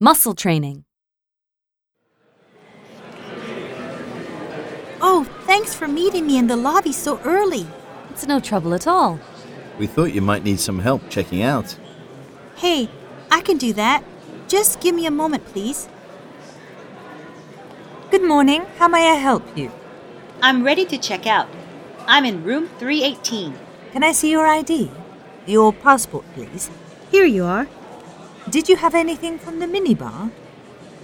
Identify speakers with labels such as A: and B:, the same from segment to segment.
A: Muscle training.
B: Oh, thanks for meeting me in the lobby so early.
A: It's no trouble at all.
C: We thought you might need some help checking out.
B: Hey, I can do that. Just give me a moment, please.
D: Good morning. How may I help you?
E: I'm ready to check out. I'm in room 318.
D: Can I see your ID? Your passport, please.
F: Here you are.
D: Did you have anything from the minibar?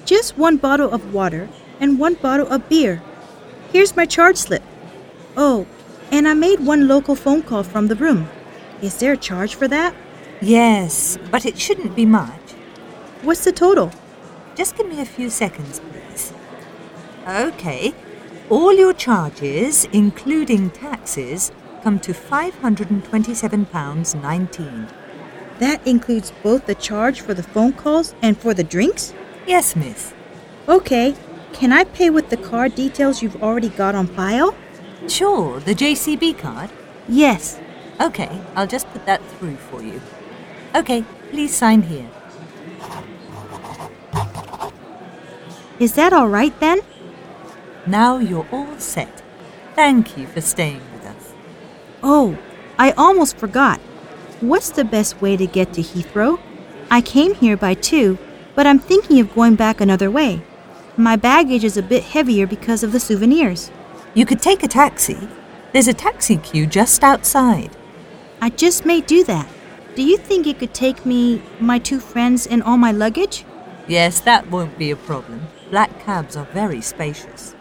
F: Just one bottle of water and one bottle of beer. Here's my charge slip. Oh, and I made one local phone call from the room. Is there a charge for that?
D: Yes, but it shouldn't be much.
F: What's the total?
D: Just give me a few seconds, please. Okay. All your charges, including taxes, come to £527.19.
F: That includes both the charge for the phone calls and for the drinks?
D: Yes, miss.
F: Okay. Can I pay with the card details you've already got on file?
D: Sure, the JCB card.
F: Yes.
D: Okay, I'll just put that through for you. Okay, please sign here.
F: Is that all right then?
D: Now you're all set. Thank you for staying with us.
F: Oh, I almost forgot. What's the best way to get to Heathrow? I came here by two, but I'm thinking of going back another way. My baggage is a bit heavier because of the souvenirs.
D: You could take a taxi. There's a taxi queue just outside.
F: I just may do that. Do you think it could take me, my two friends, and all my luggage?
D: Yes, that won't be a problem. Black cabs are very spacious.